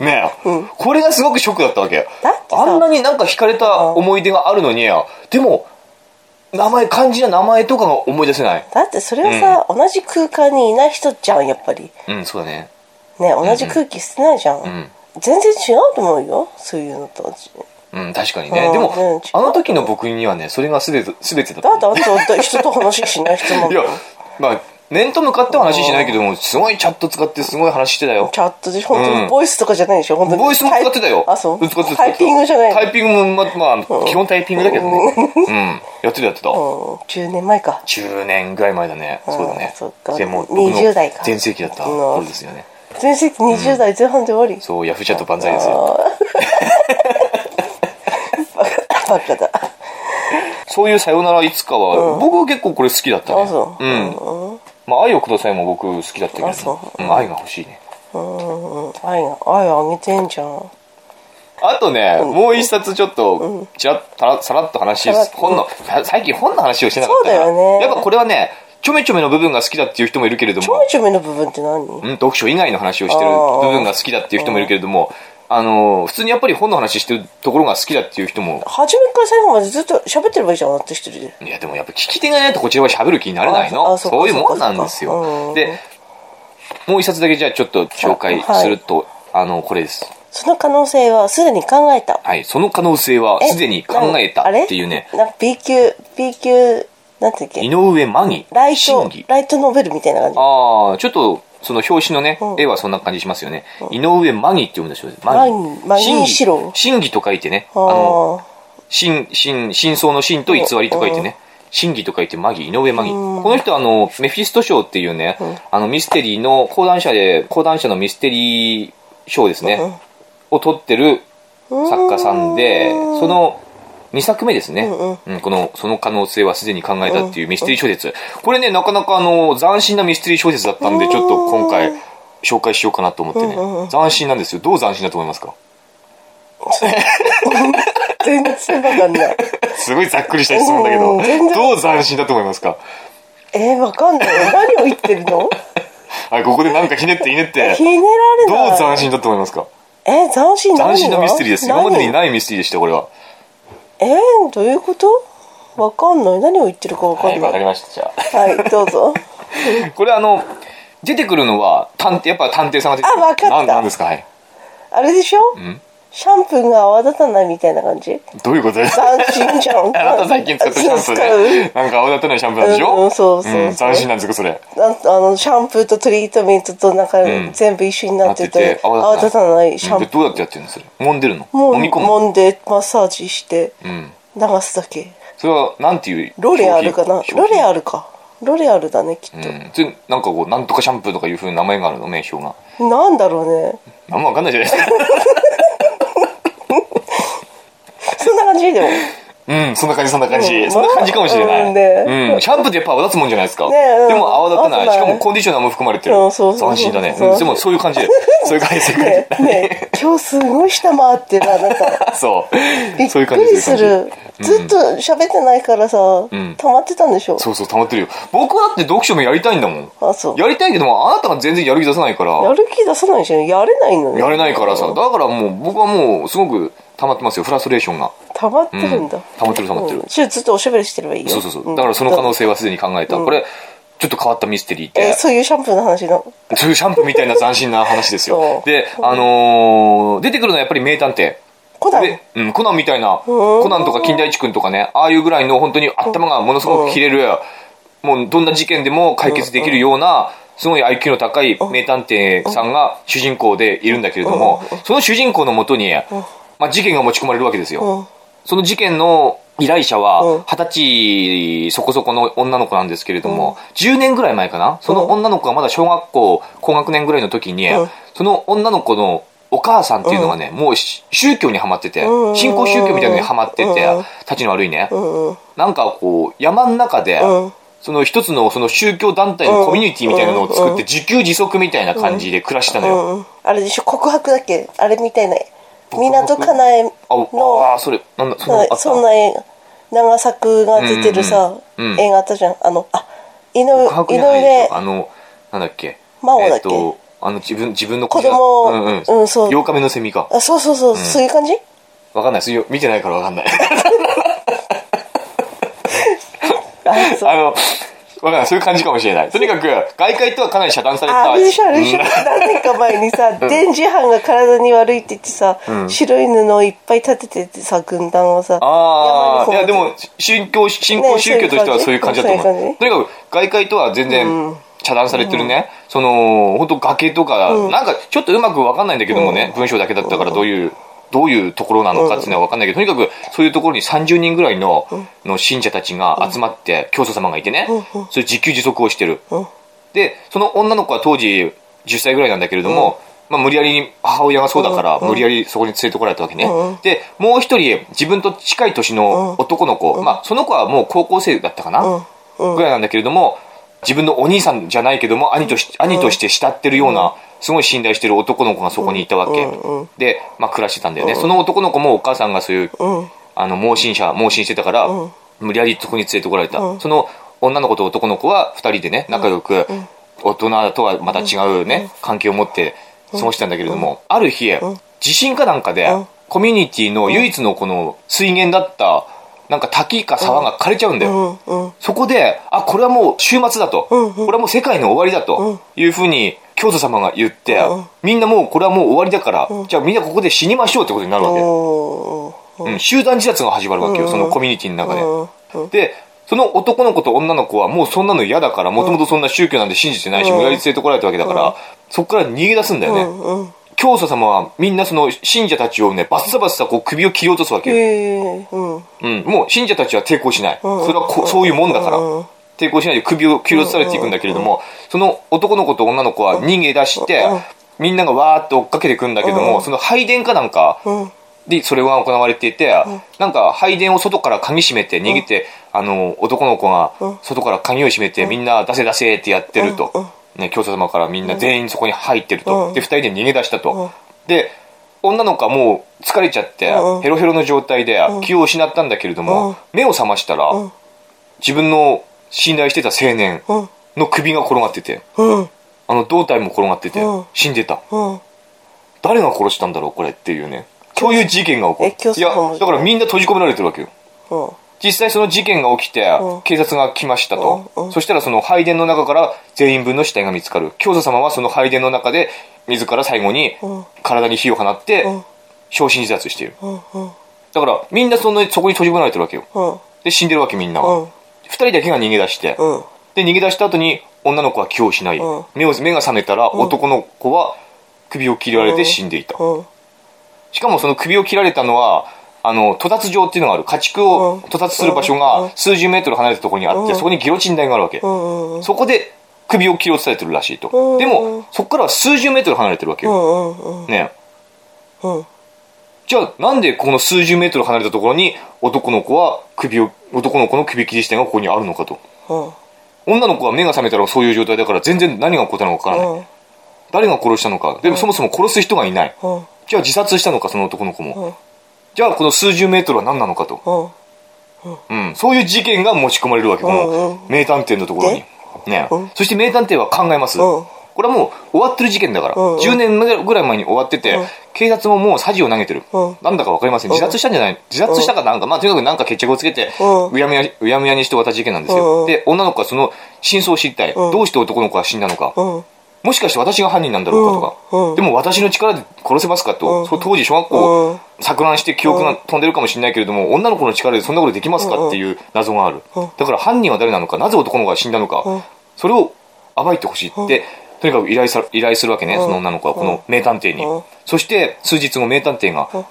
Speaker 1: ねえ、これがすごくショックだったわけよ
Speaker 2: だって。さ
Speaker 1: あんなになんか惹かれた思い出があるのに、でも、名前、漢字の名前とかが思い出せない。
Speaker 2: だってそれはさ、同じ空間にいない人じゃん、やっぱり。ね、
Speaker 1: うん、そうだね。
Speaker 2: 同じ空気捨てないじゃん。
Speaker 1: ん
Speaker 2: 全然違うと思うよ、そういうのと。
Speaker 1: うん、確かにね。
Speaker 2: うん
Speaker 1: で
Speaker 2: うん違う
Speaker 1: も、あの時の僕にはね、それがすべて、すべてだった
Speaker 2: だ。ってあなたは人と話しない人なの。
Speaker 1: いや、まあ、面と向かっては話しないけども、すごいチャット使ってすごい話してたよ。
Speaker 2: チャットで本当
Speaker 1: うん
Speaker 2: にボイスとかじゃないでしょ、本当に
Speaker 1: ボイスも使ってたよ。
Speaker 2: あそう
Speaker 1: 使ってた
Speaker 2: タイピングじゃないの
Speaker 1: タイピングも、ま、まあ、基本タイピングだけどね。うん。やってたやってた。
Speaker 2: うん10年前か
Speaker 1: 10年ぐらい前だね。
Speaker 2: ん
Speaker 1: そうだね
Speaker 2: そっ。か
Speaker 1: でも、僕の
Speaker 2: 20代か
Speaker 1: 全盛期だった
Speaker 2: うん
Speaker 1: 頃ですよね。
Speaker 2: 全盛期20代前半で終わり、
Speaker 1: そう、ヤフーチャット万歳ですよ。
Speaker 2: バカだ
Speaker 1: そういうさよならいつかは、僕は結構これ好きだったね。。
Speaker 2: あそうん
Speaker 1: まあ、愛をくださいも僕好きだったけど
Speaker 2: あそ
Speaker 1: ね、うん愛が欲しいね。
Speaker 2: うんうん愛が愛あげてんじゃん
Speaker 1: あとね、もう一冊ちょっと、ちらたらさらっと話
Speaker 2: さらっ、と
Speaker 1: 本の、さ最近本の話をしてなかったから
Speaker 2: そうだよね
Speaker 1: やっぱこれはね、ちょめちょめの部分が好きだっていう人もいるけれども
Speaker 2: ち、ょめちょめの部分って何
Speaker 1: うん、読書以外の話をしてる部分が好きだっていう人もいるけれども、あの、普通にやっぱり本の話してるところが好きだっていう人も、
Speaker 2: 初めから最後までずっと喋ってればいいじゃんあなた一人で
Speaker 1: いやでもやっぱ聞き手がいないとこちらは喋る気になれない
Speaker 2: あ
Speaker 1: の。
Speaker 2: あそっか
Speaker 1: そういうもんなんです
Speaker 2: そっかそ
Speaker 1: よ。
Speaker 2: っか
Speaker 1: で、もう一冊だけじゃあちょっと紹介すると、あの、これです。
Speaker 2: その可能性はすでに考えた
Speaker 1: はい、その可能性は
Speaker 2: え
Speaker 1: すでに考えたっていうね、
Speaker 2: なんかあれなんか B 級 B 級なんてい
Speaker 1: 井
Speaker 2: うっけ
Speaker 1: 上真議
Speaker 2: ライ
Speaker 1: 審
Speaker 2: ト
Speaker 1: 議
Speaker 2: ライトノベルみたいな感じ
Speaker 1: ああ、ちょっと、その表紙のね、
Speaker 2: うん
Speaker 1: 絵はそんな感じしますよね。井上マギって読むんですよ。
Speaker 2: マギマギシロ
Speaker 1: 真偽真偽と書いてね。あ
Speaker 2: あ
Speaker 1: の、
Speaker 2: あ
Speaker 1: 真、真、真相の真と偽りと書いてね。真偽と書いてマギ、井上マギ。この人はあの、メフィスト賞っていうね、あのミステリーの、講談社で、講談社のミステリー賞ですね、を取ってる作家さんで、
Speaker 2: うん
Speaker 1: その2作目ですね、
Speaker 2: んうん
Speaker 1: うんこの「その可能性はすでに考えた」っていうミステリー小説これねなかなかあの斬新なミステリー小説だったんで
Speaker 2: うん
Speaker 1: ちょっと今回紹介しようかなと思ってね、
Speaker 2: うんうんうん
Speaker 1: 斬新なんですよどう斬新だと思いますか
Speaker 2: 全然わかんない
Speaker 1: すごいざっくりした質問だけど、
Speaker 2: うん全然
Speaker 1: どう斬新だと思いますか
Speaker 2: えー、わかんない何を言ってるの
Speaker 1: あここでなんかひねってひねって
Speaker 2: ひねられ
Speaker 1: どう
Speaker 2: ない
Speaker 1: 斬新だと思いますか
Speaker 2: えー、斬新何が
Speaker 1: 斬新なミステリーです今までに
Speaker 2: 何
Speaker 1: ないミステリーでしたこれは
Speaker 2: えー、どういうことわかんない何を言ってるかわかんない、はい、
Speaker 1: ましたじゃ
Speaker 2: どうぞ
Speaker 1: あこれあの出てくるのは探偵やっぱ探偵さんが出てくる
Speaker 2: あわかった
Speaker 1: なんなんですかはい
Speaker 2: あれでしょ、シャンプーが泡立たないみたいな感じ
Speaker 1: どういうことですか
Speaker 2: 斬新じゃん
Speaker 1: [LAUGHS] あなた最近使ったシャンプー
Speaker 2: そう
Speaker 1: ね。なんか泡立たないシャンプーなんでしょ
Speaker 2: うんそうそうそうん
Speaker 1: 斬新なんですか、それ。
Speaker 2: 使うなんあのシャンプーとトリートメントとなんか全部一緒になってて,、泡立たないシャンプ
Speaker 1: でどうやってやってるんですか揉んでるの
Speaker 2: ー、
Speaker 1: 揉み込む
Speaker 2: もう揉んでマッサージして
Speaker 1: うん。
Speaker 2: 流すだけ
Speaker 1: それは、なんていう
Speaker 2: ロレアルか
Speaker 1: 商
Speaker 2: な
Speaker 1: 品
Speaker 2: ロレアルかロレアルだねきっと、
Speaker 1: うん。それ、なんかこう、なんとかシャンプーとかいうふうに名前があるの、名称が。
Speaker 2: なんだろうね
Speaker 1: あんまわかんないじゃないですか。
Speaker 2: そんな感じでも
Speaker 1: うん、そんな感じ、そんな感
Speaker 2: [LAUGHS] う
Speaker 1: じ。
Speaker 2: ん
Speaker 1: そんな感じかもしれな
Speaker 2: う
Speaker 1: い。
Speaker 2: んね
Speaker 1: うん。シャンプーってやっぱ泡立つもんじゃないですか。
Speaker 2: ねうん
Speaker 1: でも泡立たな
Speaker 2: 泡
Speaker 1: い。
Speaker 2: 立
Speaker 1: した
Speaker 2: ない
Speaker 1: かもコンディショナーも含まれてる。
Speaker 2: うんそうそうそう
Speaker 1: 安心だね。
Speaker 2: そう
Speaker 1: うんでもそういう
Speaker 2: [LAUGHS]
Speaker 1: 感じで。そういう感じ、そういう
Speaker 2: ね
Speaker 1: 感じ。
Speaker 2: ね今日すごい下回ってるあ
Speaker 1: [LAUGHS]
Speaker 2: なた
Speaker 1: そう。
Speaker 2: びっ
Speaker 1: そういう
Speaker 2: く
Speaker 1: 感じ
Speaker 2: りす。
Speaker 1: そういう感
Speaker 2: るずっと喋ってないからさ、
Speaker 1: ん
Speaker 2: 溜まってたんでしょ
Speaker 1: じそうそう、溜まってるよ。僕はだって読書もやりたいんだもん。
Speaker 2: あそう
Speaker 1: やりたいけども、あなたが全然やる気出さないから。
Speaker 2: やる気出さないじゃんやれないのよ
Speaker 1: やれないからさだからもう僕はもうすごく溜まってますよフラストレーションが
Speaker 2: 溜まってるんだ、
Speaker 1: うん溜まってる溜まってる
Speaker 2: うんちょっとずっとおしゃべりしてればいいよ
Speaker 1: そうそうそうだからその可能
Speaker 2: 性
Speaker 1: 性はすでに考えた、これちょっと変わったミステリーって、
Speaker 2: えーそういうシャンプーの話なの
Speaker 1: そういうシャンプーみたいな斬新な話です
Speaker 2: そ
Speaker 1: よ
Speaker 2: う
Speaker 1: であのー出てくるのはやっぱり名探偵
Speaker 2: コナン
Speaker 1: で、うん、コナンみたいなコナンとか金田一君とかねああいうぐらいの本当に頭がものすごく切れるもうどんな事件でも解決できるようなすごい IQ の高い名探偵さんが主人公でいるんだけれどもその主人公のもとに、まあ、事件が持ち込まれるわけですよ、
Speaker 2: うん
Speaker 1: その事件の依頼者
Speaker 2: うん
Speaker 1: は、二十歳そこそこの女の子なんですけれども、10年ぐらい前かな、その女の子がまだ小学校、高学年ぐらいの時に
Speaker 2: うん、
Speaker 1: その女の子のお母さんっていうのがね、もうし宗教にはまってて
Speaker 2: うん、
Speaker 1: 信仰宗教みたいなのにはまってて
Speaker 2: うん、
Speaker 1: たちの悪いね
Speaker 2: う。んうん
Speaker 1: なんかこう、山の中で、
Speaker 2: うん
Speaker 1: その一つのその宗教団体のコミュニティみたいなのを作って、自給自足みたいな感じで暮らしてたの
Speaker 2: う
Speaker 1: よ。
Speaker 2: んうんあれでしょ告白だっけあれみたいな港かなえの
Speaker 1: あ、あー、それ、なんだ、そんなのあ
Speaker 2: はい
Speaker 1: っ
Speaker 2: そ
Speaker 1: た。
Speaker 2: んな映画長作が出てるさ、
Speaker 1: うんうんうん
Speaker 2: 映画あったじゃんあのあ井上
Speaker 1: 告白じ
Speaker 2: 井
Speaker 1: ゃないで
Speaker 2: 上
Speaker 1: しょあの、なんだっけ。
Speaker 2: 真央だっけ
Speaker 1: えと、あの、自分、自分の
Speaker 2: 子供
Speaker 1: うんうん。
Speaker 2: うんそう
Speaker 1: 8日目のセミか。
Speaker 2: あそうそうそう、そういう感じ
Speaker 1: わかんない。そういう見てないからわかんない。
Speaker 2: あそう
Speaker 1: あの、わかんない。そういう感じかもしれない。とにかく、外界とはかなり遮断された。
Speaker 2: ああれでしょあれでしょ
Speaker 1: うん
Speaker 2: 何年か前にさ電磁波が体に悪いって言ってさ、白い布をいっぱい立てててさ軍団をさ
Speaker 1: ああ、い
Speaker 2: 山
Speaker 1: や
Speaker 2: に
Speaker 1: で
Speaker 2: こう
Speaker 1: も、信仰、信仰
Speaker 2: ね
Speaker 1: 宗教としてはそういう感じだと
Speaker 2: そうい
Speaker 1: 思
Speaker 2: う感
Speaker 1: う。
Speaker 2: じ
Speaker 1: とにかく、外界とは全然、遮断されてるね。その、本当崖とか、なんか、ちょっとうまくわかんないんだけどもね、文章だけだったから、どういう、どういうところなのかっていうのはわかんないけど、とにかく、そういうところに30人ぐらいの、の信者たちが集まって、教祖様がいてね、それ自給自足をしてる。で、その女の子は当時、10歳ぐらいなんだけれども、まあ、無理やりに母親がそうだから、無理やりそこに連れてこられたわけね、でもう一人自分と近い年の男の子、まあ、その子はもう高校生だったかな、ぐらいなんだけれども自分のお兄さんじゃないけども兄とし兄として慕ってるような、すごい信頼してる男の子がそこにいたわけ、で、まあ、暮らしてたんだよね、その男の子もお母さんがそういう、あの盲信者盲信してたから、無理やりそこに連れてこられた、その女の子と男の子は2人でね仲良く、大人とはまた違うね、関係を持って過ごしてたんだけれども、ある日、地震かなんかで、
Speaker 2: うん
Speaker 1: コミュニティの唯一のこの水源だったなんか滝か沢が枯れちゃうんだよ、
Speaker 2: うんうん
Speaker 1: そこで、あ、これはもう終末だと。
Speaker 2: んうん
Speaker 1: これはもう世界の終わりだと。いうふうに、教祖様が言って、
Speaker 2: うんうん
Speaker 1: みんなもうこれはもう終わりだから、じゃあみんなここで死にましょうってことになるわけ。
Speaker 2: おー
Speaker 1: うん、集団自殺が始まるわけよ、そのコミュニティの中で。
Speaker 2: うん
Speaker 1: で、その男の子と女の子はもうそんなの嫌だから、もともとそんな宗教なんて信じてないし、無理やり連れてこられたわけだから、そこから逃げ出すんだよね。
Speaker 2: うんうん
Speaker 1: 教祖様はみんなその信者たちをね、バッサバッサこう首を切り落とすわけよ。
Speaker 2: へえうん
Speaker 1: うん、もう信者たちは抵抗しない、
Speaker 2: ん
Speaker 1: それはこうそういうもんだから、
Speaker 2: うん
Speaker 1: 抵抗しないで首を切り落とされていくんだけれども、その男の子と女の子は逃げ出して、みんながわーっと追っかけていくんだけども、その拝殿かなんか
Speaker 2: うん
Speaker 1: でそれが行われていて、なんか拝殿を外から鍵閉めて逃げて、あの男の子が外から鍵を閉めて、みんな出せ出せってやってると、ね、教祖様からみんな全員そこに入ってると、
Speaker 2: うん
Speaker 1: で2人で逃げ出したと、で女の子はもう疲れちゃって、ヘロヘロの状態で気を失ったんだけれども、
Speaker 2: うん
Speaker 1: 目を覚ましたら、
Speaker 2: うん
Speaker 1: 自分の信頼してた青年
Speaker 2: うん
Speaker 1: の首が転がってて
Speaker 2: うん
Speaker 1: あの胴体も転がってて、
Speaker 2: うん
Speaker 1: 死んでた
Speaker 2: うん
Speaker 1: 誰が殺したんだろうこれっていうねそういう事件が起こ
Speaker 2: え教
Speaker 1: る
Speaker 2: 祖
Speaker 1: いや
Speaker 2: 様じゃない
Speaker 1: だからみんな閉じ込められてるわけよ
Speaker 2: うん
Speaker 1: 実際その事件が起きて、
Speaker 2: うん
Speaker 1: 警察が来ましたと、
Speaker 2: うんうん
Speaker 1: そしたらその拝殿の中から全員分の死体が見つかる教祖様はその拝殿の中で自ら最後に
Speaker 2: うん
Speaker 1: 体に火を放って、
Speaker 2: うん
Speaker 1: 焼身自殺している
Speaker 2: うんうん
Speaker 1: だからみんなそのそこに閉じ込められてるわけよ
Speaker 2: うん
Speaker 1: で死んでるわけみんな
Speaker 2: う
Speaker 1: は、
Speaker 2: ん
Speaker 1: 二人だけが逃げ出して、
Speaker 2: うん
Speaker 1: で逃げ出した後に女の子は気を失い、
Speaker 2: うん
Speaker 1: 目を目が覚めたら男の子は首を切られ
Speaker 2: う
Speaker 1: て
Speaker 2: ん
Speaker 1: 死んでいた、
Speaker 2: うん
Speaker 1: しかもその首を切られたのはあの屠殺場っていうのがある家畜
Speaker 2: うん
Speaker 1: を屠殺する場所
Speaker 2: うん
Speaker 1: が数十メートル離れたところにあって、
Speaker 2: うん
Speaker 1: そこにギロチン台があるわけ、
Speaker 2: うんうん
Speaker 1: そこで首を切り落とされてるらしいと、
Speaker 2: うん
Speaker 1: でもそこからは数十メートル離れてるわけ
Speaker 2: う
Speaker 1: よ、
Speaker 2: んうんうん
Speaker 1: ね
Speaker 2: うん
Speaker 1: じじゃあなんでこの数十メートル離れたところに男の子は首を男の子の首切り地点がここにあるのかと
Speaker 2: うん
Speaker 1: 女の子は目が覚めたらそういう状態だから全然何が起こったのかわからない、
Speaker 2: うん
Speaker 1: 誰が殺したのかでもそもそも殺す人がいない、
Speaker 2: うん
Speaker 1: じゃあ自殺したのかその男の子も、
Speaker 2: うん
Speaker 1: じゃあこの数十メートルは何なのかと、
Speaker 2: うん
Speaker 1: うん、そういう事件が持ち込まれるわけ、こ
Speaker 2: うん
Speaker 1: の名探偵のところに。ね
Speaker 2: うん、
Speaker 1: そして名探偵は考えます。
Speaker 2: うん
Speaker 1: これはもう終わってる事件だから、
Speaker 2: うんうん
Speaker 1: 10年ぐらい前に終わってて、
Speaker 2: うん
Speaker 1: 警察ももうサジを投げてる、
Speaker 2: うん
Speaker 1: なんだか分かりません、
Speaker 2: うん
Speaker 1: 自殺したんじゃない、自殺したかなんか、まあ、とにかくなんか決着をつけて、
Speaker 2: うん
Speaker 1: うやむやうやむやにして終わった事件なんですよ、
Speaker 2: うんうん
Speaker 1: で、女の子はその真相を知りたい、
Speaker 2: うん
Speaker 1: どうして男の子は死んだのか、
Speaker 2: うん
Speaker 1: もしかして私が犯人なんだろうかとか、
Speaker 2: うんうん
Speaker 1: でも私の力で殺せますかと、
Speaker 2: うん
Speaker 1: そう当時小学
Speaker 2: うん
Speaker 1: 校錯乱して記憶が飛んでるかもしれないけれども、女の子の力でそんなことできますかっていう謎がある、
Speaker 2: うん
Speaker 1: だから犯人は誰なのかなぜ男の子が死んだのか、
Speaker 2: うん
Speaker 1: それを暴いてほしいって、とにかく依頼さ依頼するわけね、
Speaker 2: うん
Speaker 1: その女の子はこの名探偵に、
Speaker 2: うん
Speaker 1: そして数日後名探偵が
Speaker 2: うん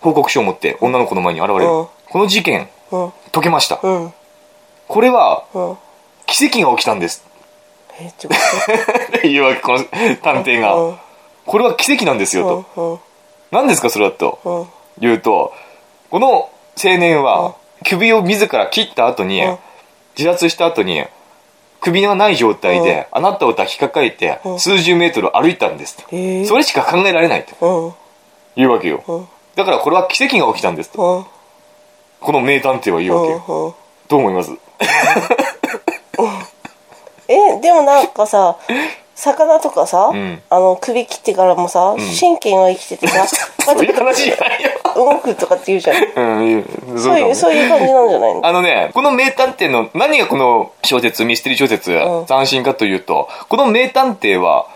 Speaker 1: 報告書を持って女の子の前に現れる、
Speaker 2: うん
Speaker 1: この事件
Speaker 2: うん
Speaker 1: 解けました、
Speaker 2: うん
Speaker 1: これは
Speaker 2: うん
Speaker 1: 奇跡が起きたんです [LAUGHS]
Speaker 2: えちょっと
Speaker 1: っていうわけこの探偵が、
Speaker 2: うん
Speaker 1: これは奇跡なんですよと、
Speaker 2: うん
Speaker 1: 何ですかそれはと
Speaker 2: うんうん
Speaker 1: 言うとこの青年
Speaker 2: うん
Speaker 1: は首を自ら切った後に
Speaker 2: うん
Speaker 1: 自殺した後に首がない状態であなたを抱きかかえて
Speaker 2: うん
Speaker 1: 数十メートル歩いたんですと
Speaker 2: えー
Speaker 1: それしか考えられないと
Speaker 2: うん
Speaker 1: いうわけよ
Speaker 2: うん
Speaker 1: だからこれは奇跡が起きたんですと
Speaker 2: うん
Speaker 1: この名探偵は言うわけよ
Speaker 2: うんうん
Speaker 1: どう思います
Speaker 2: えでもなんかさ魚とかさ、
Speaker 1: ん
Speaker 2: あの首切ってからもさ、神経が生きてて
Speaker 1: [LAUGHS]
Speaker 2: さ
Speaker 1: そういう話じゃない
Speaker 2: [LAUGHS]
Speaker 1: よ
Speaker 2: 動くとかって言うじゃん
Speaker 1: うんいい
Speaker 2: そういう
Speaker 1: そ
Speaker 2: そういう感じなんじゃないの
Speaker 1: [LAUGHS] あのね、この名探偵の、何がこの小説、ミステリー小説、
Speaker 2: うん
Speaker 1: 斬新かというと、この名探偵は、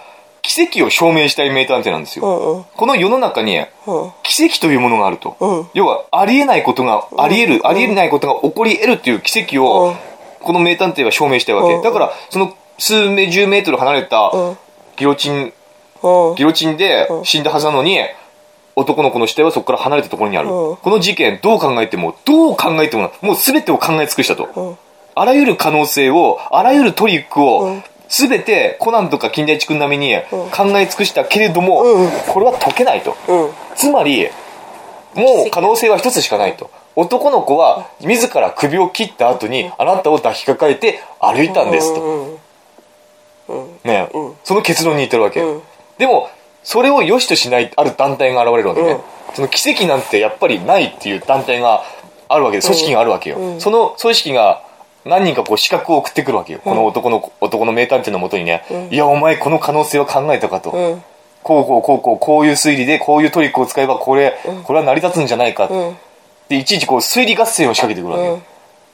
Speaker 1: 奇跡を証明したい名探偵なんです
Speaker 2: う
Speaker 1: よ。
Speaker 2: んうん
Speaker 1: この世の中に、
Speaker 2: うん
Speaker 1: 奇跡というものがあると。
Speaker 2: うん
Speaker 1: 要は、ありえないことが、ありえる、ありえないことが起こり得るっていう奇跡
Speaker 2: う
Speaker 1: を
Speaker 2: ん、
Speaker 1: この名探偵は証明したいわ
Speaker 2: う
Speaker 1: け。
Speaker 2: ん
Speaker 1: だから、その数名、十メートル離れた
Speaker 2: うん、
Speaker 1: ギロチン、
Speaker 2: うん
Speaker 1: ギロチンで死んだはずなのに、男の子の死体はそこから離れたところにある。
Speaker 2: うん
Speaker 1: この事件、どう考えても、どう考えても、もう全てを考え尽くしたと。
Speaker 2: うん
Speaker 1: あらゆる可能性を、あらゆるトリック
Speaker 2: う
Speaker 1: を
Speaker 2: ん、
Speaker 1: すべてコナンとか金田一君並みに考え尽くしたけれども、
Speaker 2: うん
Speaker 1: これは解けないと。
Speaker 2: うん
Speaker 1: つまり、もう可能性は一つしかないと。男の子は自ら首を切った後にあなたを抱きかかえて歩いたんです
Speaker 2: う
Speaker 1: と。
Speaker 2: んうん
Speaker 1: ね
Speaker 2: うん、
Speaker 1: その結論に至るわけ
Speaker 2: うん。
Speaker 1: でも、それを良しとしないある団体が現れるわけ
Speaker 2: う
Speaker 1: ね
Speaker 2: ん。
Speaker 1: その奇跡なんてやっぱりないっていう団体があるわけで、組織があるわけ
Speaker 2: う
Speaker 1: よ。
Speaker 2: ん
Speaker 1: その組織が何人かこう資格を送ってくるわけよ。この男の、男の名探偵のもとにね、いや、お前この可能性は考えたかと。
Speaker 2: うん
Speaker 1: こうこうこうこうこういう推理でこういうトリックを使えばこれ、これは成り立つんじゃないか、
Speaker 2: うん
Speaker 1: でいちいちこう推理合戦を仕掛けてくるわけよ、
Speaker 2: うん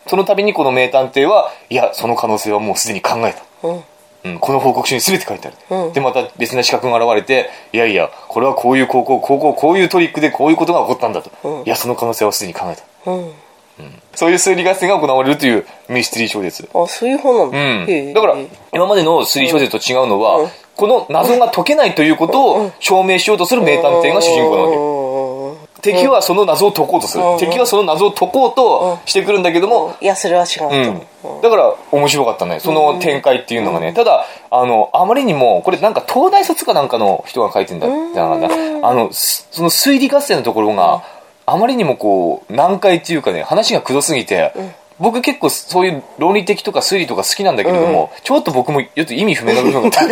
Speaker 1: その度にこの名探偵はいやその可能性はもうすでに考えた、
Speaker 2: うん
Speaker 1: うん、この報告書に全て書いてある、
Speaker 2: うん
Speaker 1: でまた別な資格が現れていやいやこれはこういうこうこうこうこうこういうトリックでこういうことが起こったんだと、
Speaker 2: うん
Speaker 1: いやその可能性はすでに考えた
Speaker 2: うん
Speaker 1: そういう推理合戦が行われるというミステリー小説
Speaker 2: あそういう方なの、
Speaker 1: うん、だから
Speaker 2: へえ
Speaker 1: 今までの推理小説と違うのは、
Speaker 2: うん
Speaker 1: この謎が解けないということを証明しようとする名探偵が主人公なわけ、敵はその謎を解こうとする、
Speaker 2: うん
Speaker 1: 敵はその謎を解こうとしてくるんだけども、
Speaker 2: いやそれは違うと
Speaker 1: うん
Speaker 2: 思う、
Speaker 1: だから面白かったねその展開っていうのがね、ただあのあまりにもこれなんか東大卒かなんかの人が書いてんだってなかったあのすその推理合戦のところがあまりにもこう難解っていうかね話がくどすぎて、僕結構そういう論理的とか推理とか好きなんだけれども、ちょっと僕もちょっと意味不明な部分が
Speaker 2: [LAUGHS]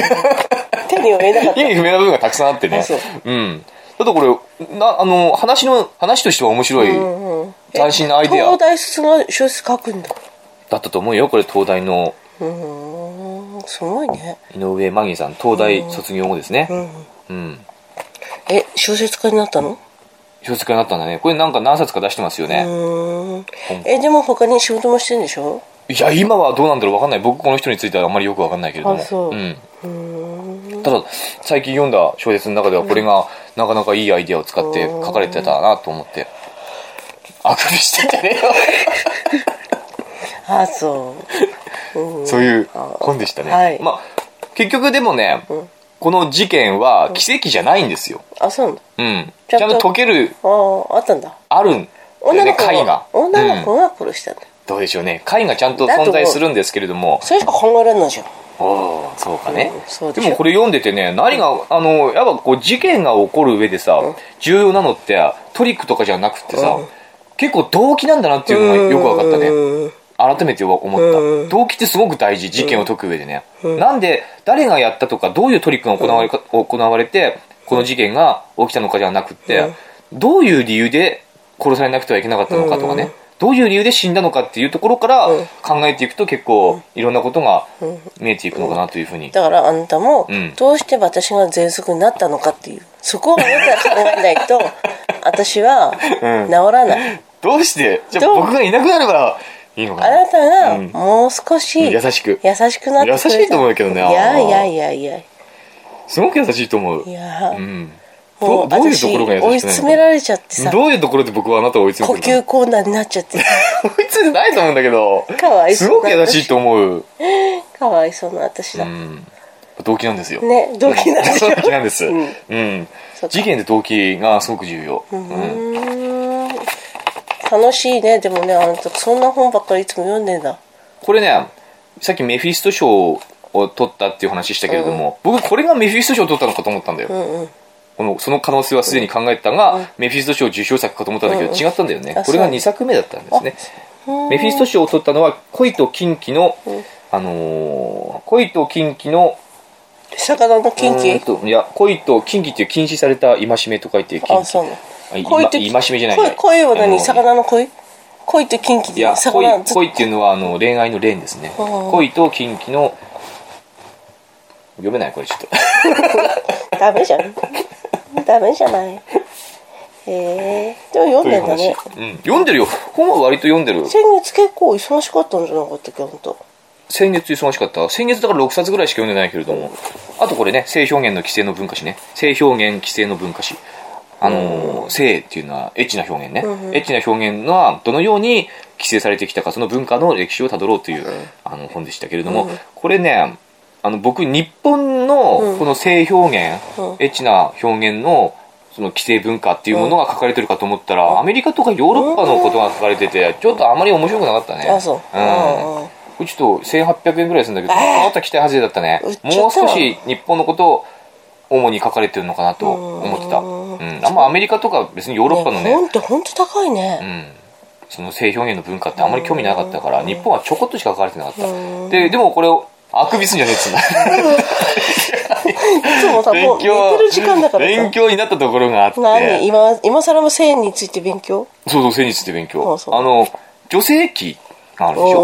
Speaker 2: 手に負えなかっ
Speaker 1: 意味不明な部分がたくさんあって
Speaker 2: あ
Speaker 1: ね
Speaker 2: そう。
Speaker 1: うん。ただこれ、な、あの、話の、話としては面白い、斬新なアイ
Speaker 2: た
Speaker 1: デ
Speaker 2: 東
Speaker 1: ア
Speaker 2: 大卒の小説書くんだ
Speaker 1: だったと思うよ。これ、東大の
Speaker 2: うんすごいね
Speaker 1: 井上真紀さん、東大卒業後ですね。うん。
Speaker 2: え小説家になったの
Speaker 1: 小説家になったんだね。これなんか何冊か出してますよ
Speaker 2: う
Speaker 1: ね。
Speaker 2: ーんえでも他に仕事もしてんでしょ
Speaker 1: いや、今はどうなんだろうわかんない。僕、この人についてはあんまりよくわかんないけれども。。
Speaker 2: あそうん
Speaker 1: ただ、最近読んだ小説の中では、これが、なかなかいいアイデアを使って書かれてたなと思って。あくびしてんじゃ
Speaker 2: [LAUGHS]
Speaker 1: ねえよ。
Speaker 2: あそ
Speaker 1: そういう本でしたね。
Speaker 2: はい
Speaker 1: まあ、結局でもね、この事件は奇跡じゃないんですよ。
Speaker 2: うあそうなんだ
Speaker 1: うん。
Speaker 2: ちゃ
Speaker 1: ち
Speaker 2: んと
Speaker 1: ゃんと解ける、
Speaker 2: あああったんだ
Speaker 1: あるんだよ
Speaker 2: 女の
Speaker 1: ね、
Speaker 2: 子
Speaker 1: 解
Speaker 2: が
Speaker 1: が。
Speaker 2: 女の
Speaker 1: うん
Speaker 2: 子が殺したんだよ
Speaker 1: どうでしょうね。解がちゃんと
Speaker 2: だと思
Speaker 1: 存
Speaker 2: う
Speaker 1: 在するんですけれども。
Speaker 2: それしか考えられないじゃん
Speaker 1: おーそうかね
Speaker 2: うん。そうで
Speaker 1: で
Speaker 2: しょ
Speaker 1: もこれ読んでてね、何が、あの、やっぱこう事件が起こる上でさ、重要なのって、トリックとかじゃなくてさ、結構動機なんだなっていうのがよく分かったね。
Speaker 2: うん
Speaker 1: 改めて思っ
Speaker 2: う
Speaker 1: た
Speaker 2: ん
Speaker 1: 動機ってすごく大事事件を解く上でね、なんで誰がやったとかどういうトリックが行われか行われてこの事件が起きたのかじゃなくって、どういう理由で殺されなくてはいけなかったのかとかね、どういう理由で死んだのかっていうところから考えていくと結構いろんなことが見えていくのかなというふうに、
Speaker 2: だからあんたも
Speaker 1: ん
Speaker 2: どうして私が喘息になったのかっていうそこをあなたが考えない
Speaker 1: [LAUGHS]
Speaker 2: と私は
Speaker 1: うん
Speaker 2: 治らない、
Speaker 1: どうしてじゃあ
Speaker 2: どう
Speaker 1: 僕がいなくなればいいのか
Speaker 2: あ
Speaker 1: な
Speaker 2: なたがもう少し
Speaker 1: うん優しく
Speaker 2: 優しくなってくれた
Speaker 1: 優しいと思うけどね
Speaker 2: いやいやいやいやい
Speaker 1: すごく優しいと思う、
Speaker 2: や、
Speaker 1: うん、
Speaker 2: もう
Speaker 1: どどういうところが優しくないの
Speaker 2: 追い詰められちゃってさ
Speaker 1: どういうところで僕はあなたを追い詰
Speaker 2: 呼
Speaker 1: めてる
Speaker 2: 吸困難になっちゃって
Speaker 1: [LAUGHS] の追い詰めてないと思うんだけど
Speaker 2: かわいそ
Speaker 1: す
Speaker 2: う
Speaker 1: ごく優しいと思う
Speaker 2: かわいそうな私だ、
Speaker 1: うん、動機なんですよ。
Speaker 2: ね動機なんでしょ
Speaker 1: 動機なんです。うん。
Speaker 2: そうか
Speaker 1: 事件で動機がすごく重要。うん。
Speaker 2: うーん楽しいねでもねあなたそんな本ばっかりいつも読んでんだ
Speaker 1: これね、さっきメフィスト賞を取ったっていう話したけれども、僕これがメフィスト賞を取ったのかと思ったんだよ。
Speaker 2: んうん
Speaker 1: このその可能性はすでに考えてたが、メフィスト賞受賞作かと思ったんだけど、違ったんだよね
Speaker 2: あ。
Speaker 1: これが
Speaker 2: そう
Speaker 1: 2作目だったんですね。メフィスト賞を取ったのは、恋と近畿の、あのー恋と近畿の、
Speaker 2: 魚のキン
Speaker 1: うーん
Speaker 2: キ
Speaker 1: といや、恋と近畿っていう禁止された戒めと書いて、近
Speaker 2: あ
Speaker 1: 畿
Speaker 2: そうなの
Speaker 1: あい
Speaker 2: 恋って
Speaker 1: 今戒めじゃない
Speaker 2: 恋恋は
Speaker 1: あの
Speaker 2: 何魚の恋恋ってキンキ
Speaker 1: いや
Speaker 2: で魚
Speaker 1: 恋
Speaker 2: ずっと
Speaker 1: 恋っていうのはあの恋愛の恋ですね
Speaker 2: うん
Speaker 1: 恋と近畿の読めないこれちょっと
Speaker 2: ダメじゃん
Speaker 1: [LAUGHS]
Speaker 2: ダメじゃないへえでも読んでんだね
Speaker 1: という話うん読んでるよ本は割と読んでる
Speaker 2: 先月結構忙しかったんじゃなかったっけあんた
Speaker 1: 先月忙しかった先月だから6冊ぐらいしか読んでないけれどもあとこれね性表現の規制の文化史ね性表現規制の文化史あのー性っていうのはエッチな表現ね、エッチな表現がどのように規制されてきたかその文化の歴史をたどろうという、あの本でしたけれども、これねあの僕日本のこの性表現、
Speaker 2: うん
Speaker 1: エッチな表現のその規制文化っていうものが書かれてるかと思ったら、アメリカとかヨーロッパのことが書かれててちょっとあまり面白くなかったね
Speaker 2: あそう
Speaker 1: うん
Speaker 2: うんうん
Speaker 1: これちょっと1800円ぐらいするんだけど、あなた期待外れだったね
Speaker 2: 売っちゃった
Speaker 1: もう少し日本のことを主に書かれてるのかなと思ってた
Speaker 2: う
Speaker 1: うん、
Speaker 2: ん
Speaker 1: あんまアメリカとか別にヨーロッパのね
Speaker 2: 本って本当高いね
Speaker 1: うん、その性表現の文化ってあんまり興味なかったから日本はちょこっとしか書かれてなかった
Speaker 2: うん
Speaker 1: ででもこれをあくびすんじゃねえっつうんだ
Speaker 2: [LAUGHS] いつもさもう
Speaker 1: 勉
Speaker 2: 寝てる時間
Speaker 1: 強
Speaker 2: だからさ
Speaker 1: 勉強になったところがあって
Speaker 2: 何今今更も性について勉強
Speaker 1: そうそう性について勉強
Speaker 2: あそう
Speaker 1: あの女性器があるでしょ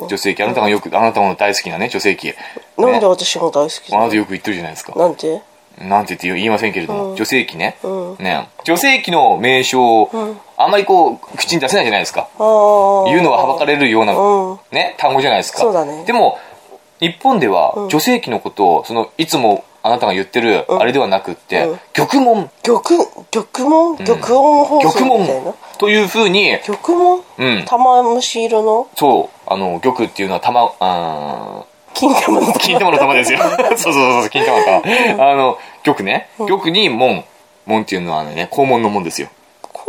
Speaker 2: おー
Speaker 1: 女性器あなたがよくあなたの大好きなね女性器、ね、
Speaker 2: なんで私が大好き
Speaker 1: あ
Speaker 2: な
Speaker 1: な
Speaker 2: の
Speaker 1: たよく言ってるじゃないですか
Speaker 2: なんで
Speaker 1: なんて言って言いませんけれども、女性器ね,、
Speaker 2: うん
Speaker 1: ね女性器の名称をあんまりこう口に出せないじゃないですか、
Speaker 2: ああ
Speaker 1: 言うのははばかれるような、
Speaker 2: うん
Speaker 1: ね、単語じゃないですか
Speaker 2: そうだね
Speaker 1: でも日本では女性器のことをそのいつもあなたが言ってるあれではなくって、
Speaker 2: うん
Speaker 1: 玉門
Speaker 2: 玉玉門玉音放
Speaker 1: 玉
Speaker 2: 送みたいな
Speaker 1: 門というふうに
Speaker 2: 玉門
Speaker 1: うん
Speaker 2: 玉虫色の
Speaker 1: そうあの玉っていうのは玉あー
Speaker 2: 金玉の
Speaker 1: [LAUGHS] 金玉の玉
Speaker 2: [LAUGHS]
Speaker 1: ですよ。そうそうそうそう、金玉の玉。あの、玉ね。玉に門。門っていうのはね、校門の門ですよ。
Speaker 2: 肛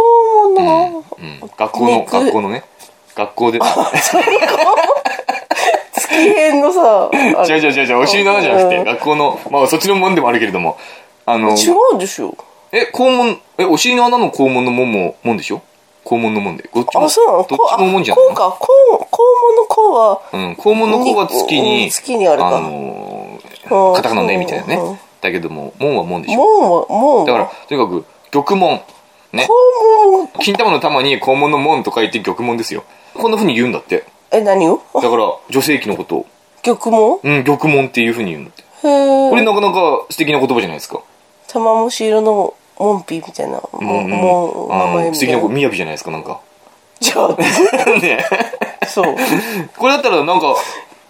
Speaker 2: 門の
Speaker 1: うん、学校の、
Speaker 2: 肉
Speaker 1: 学校のね。学校で。
Speaker 2: [LAUGHS] 月変のさあ
Speaker 1: 違う違
Speaker 2: れ
Speaker 1: う違う
Speaker 2: [LAUGHS]
Speaker 1: 違う、お尻の穴じゃなくて、
Speaker 2: うん
Speaker 1: 学校の、まあそっちの門でもあるけれども。あの、
Speaker 2: 違うでしょ
Speaker 1: え、肛門、え、お尻の穴の肛門の門も、門でしょ肛門の門で。どっちも、
Speaker 2: あそうなの
Speaker 1: どっちも門じゃ
Speaker 2: こう
Speaker 1: な
Speaker 2: かこう肛門のこうは
Speaker 1: うん、肛門の子が月
Speaker 2: う
Speaker 1: に、
Speaker 2: ん月にあるか
Speaker 1: の
Speaker 2: う
Speaker 1: ー、
Speaker 2: ん
Speaker 1: カタカナの絵みたいな
Speaker 2: う
Speaker 1: ね
Speaker 2: ん。
Speaker 1: だけども、門は門でしょ。
Speaker 2: 門は門
Speaker 1: だか
Speaker 2: は
Speaker 1: ら、とにかく、玉門。ね。
Speaker 2: 肛門
Speaker 1: 金玉の玉に肛門の門と書いて玉門ですよ。こんな風に言うんだって。
Speaker 2: え何を
Speaker 1: だから、女性器のことを、
Speaker 2: 玉門
Speaker 1: うん、玉門っていう風に言うんだって。
Speaker 2: へ
Speaker 1: これ
Speaker 2: え
Speaker 1: なかなか素敵な言葉じゃないですか。
Speaker 2: 玉虫色のモンピみたいなモンモン名
Speaker 1: あ
Speaker 2: 前
Speaker 1: の
Speaker 2: み
Speaker 1: 素
Speaker 2: た
Speaker 1: 敵ない子、
Speaker 2: な
Speaker 1: 雅じゃないですか、なんか。
Speaker 2: じゃ
Speaker 1: ね [LAUGHS]
Speaker 2: あそう
Speaker 1: これだったらなんか、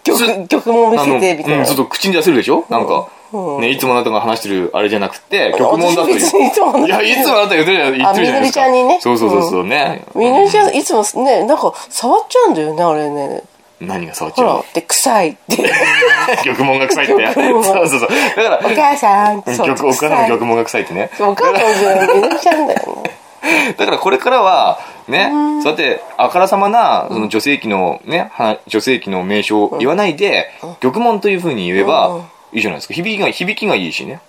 Speaker 2: 玉玉門見
Speaker 1: あの、
Speaker 2: せてみたい
Speaker 1: うん、
Speaker 2: な
Speaker 1: ずっと口に出せるでしょなんか、
Speaker 2: うん
Speaker 1: ね、いつもあなたが話してるあれじゃなくて、曲門だとい
Speaker 2: 私別にいつも
Speaker 1: う。いや、いつもあなたが言ってるじゃ言ってるじゃないですか。
Speaker 2: あみのりちゃんにね
Speaker 1: そうそうそうそうね。
Speaker 2: みのりちゃんいつもねなんか触っちゃうんだよねあれね
Speaker 1: 何が触っち
Speaker 2: ほ
Speaker 1: ゃ
Speaker 2: ら
Speaker 1: う
Speaker 2: で臭いっ
Speaker 1: [LAUGHS]
Speaker 2: て
Speaker 1: の [LAUGHS] 曲門が臭いって。[LAUGHS]
Speaker 2: 玉
Speaker 1: そう
Speaker 2: 門
Speaker 1: そうそう。だから、
Speaker 2: お母さんってそう
Speaker 1: 曲お母さんの曲門が臭いってね。
Speaker 2: お母さんじゃみのりちゃんだよね
Speaker 1: だからこれからは、ね、そうやって、あからさまな、その女性器のね、は女性器の名称を言わないで、玉門というふうに言え
Speaker 2: うん
Speaker 1: ば、いいじゃないですか。響きが、響きがいいしね。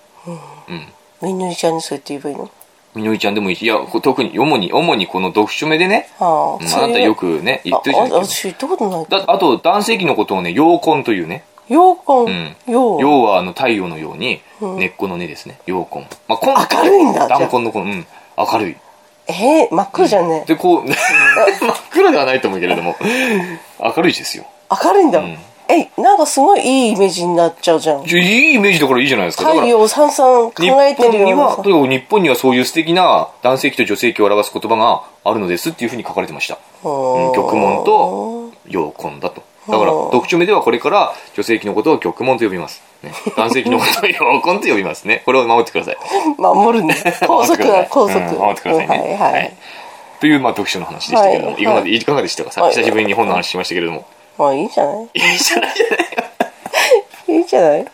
Speaker 2: みのりちゃんにそうやって言えばいいの
Speaker 1: みのりちゃんでもいいし、いや、こ特に、主に、主にこの読書目でね、
Speaker 2: あ
Speaker 1: う
Speaker 2: あ
Speaker 1: んあなたよくね、言ってるじゃない
Speaker 2: ああ
Speaker 1: ですか。
Speaker 2: 私言ったことない
Speaker 1: だあと、男性器のことをね、陽魂というね、
Speaker 2: ようこ
Speaker 1: ん
Speaker 2: んよう
Speaker 1: 陽はあの太陽のように、根っこの根ですね、陽魂。まあ、こん
Speaker 2: 明るいんだじゃあ
Speaker 1: 断魂のこの、うん、明るい。
Speaker 2: えー、真っ黒じゃんね、
Speaker 1: で、こう、 [LAUGHS] 真っ暗ではないと思うけれども、明るいですよ。
Speaker 2: 明るいんだ、えなんかすごいいいイメージになっちゃうじゃん
Speaker 1: いやいいイメージだからいいじゃないですか。だ
Speaker 2: 太
Speaker 1: から、
Speaker 2: 陽さんさん考
Speaker 1: 日
Speaker 2: えて
Speaker 1: 本
Speaker 2: るよ
Speaker 1: に
Speaker 2: うなさ
Speaker 1: は、とにかく日本にはそういう素敵な男性器と女性器を表す言葉があるのですっていうふうに書かれてました。うん、玉門と陽魂だと。だから、
Speaker 2: うん
Speaker 1: 読書目ではこれから女性器のことを玉門と呼びます。ね、男性器のことを陽魂と呼びますね。これを守ってください。[LAUGHS]
Speaker 2: 守るね
Speaker 1: 守
Speaker 2: 高
Speaker 1: ってくだ
Speaker 2: 速
Speaker 1: さ
Speaker 2: だ
Speaker 1: い
Speaker 2: 高速、
Speaker 1: うん守ってくださいね。
Speaker 2: うんはいはい、
Speaker 1: という、まあ、読書の話でしたけれども、
Speaker 2: はい
Speaker 1: い、かがでいかがでしたかさ、
Speaker 2: はい
Speaker 1: 久しぶりに本の話しましたけれども。
Speaker 2: まあいいじゃない
Speaker 1: いいじゃないじゃない
Speaker 2: いいじゃない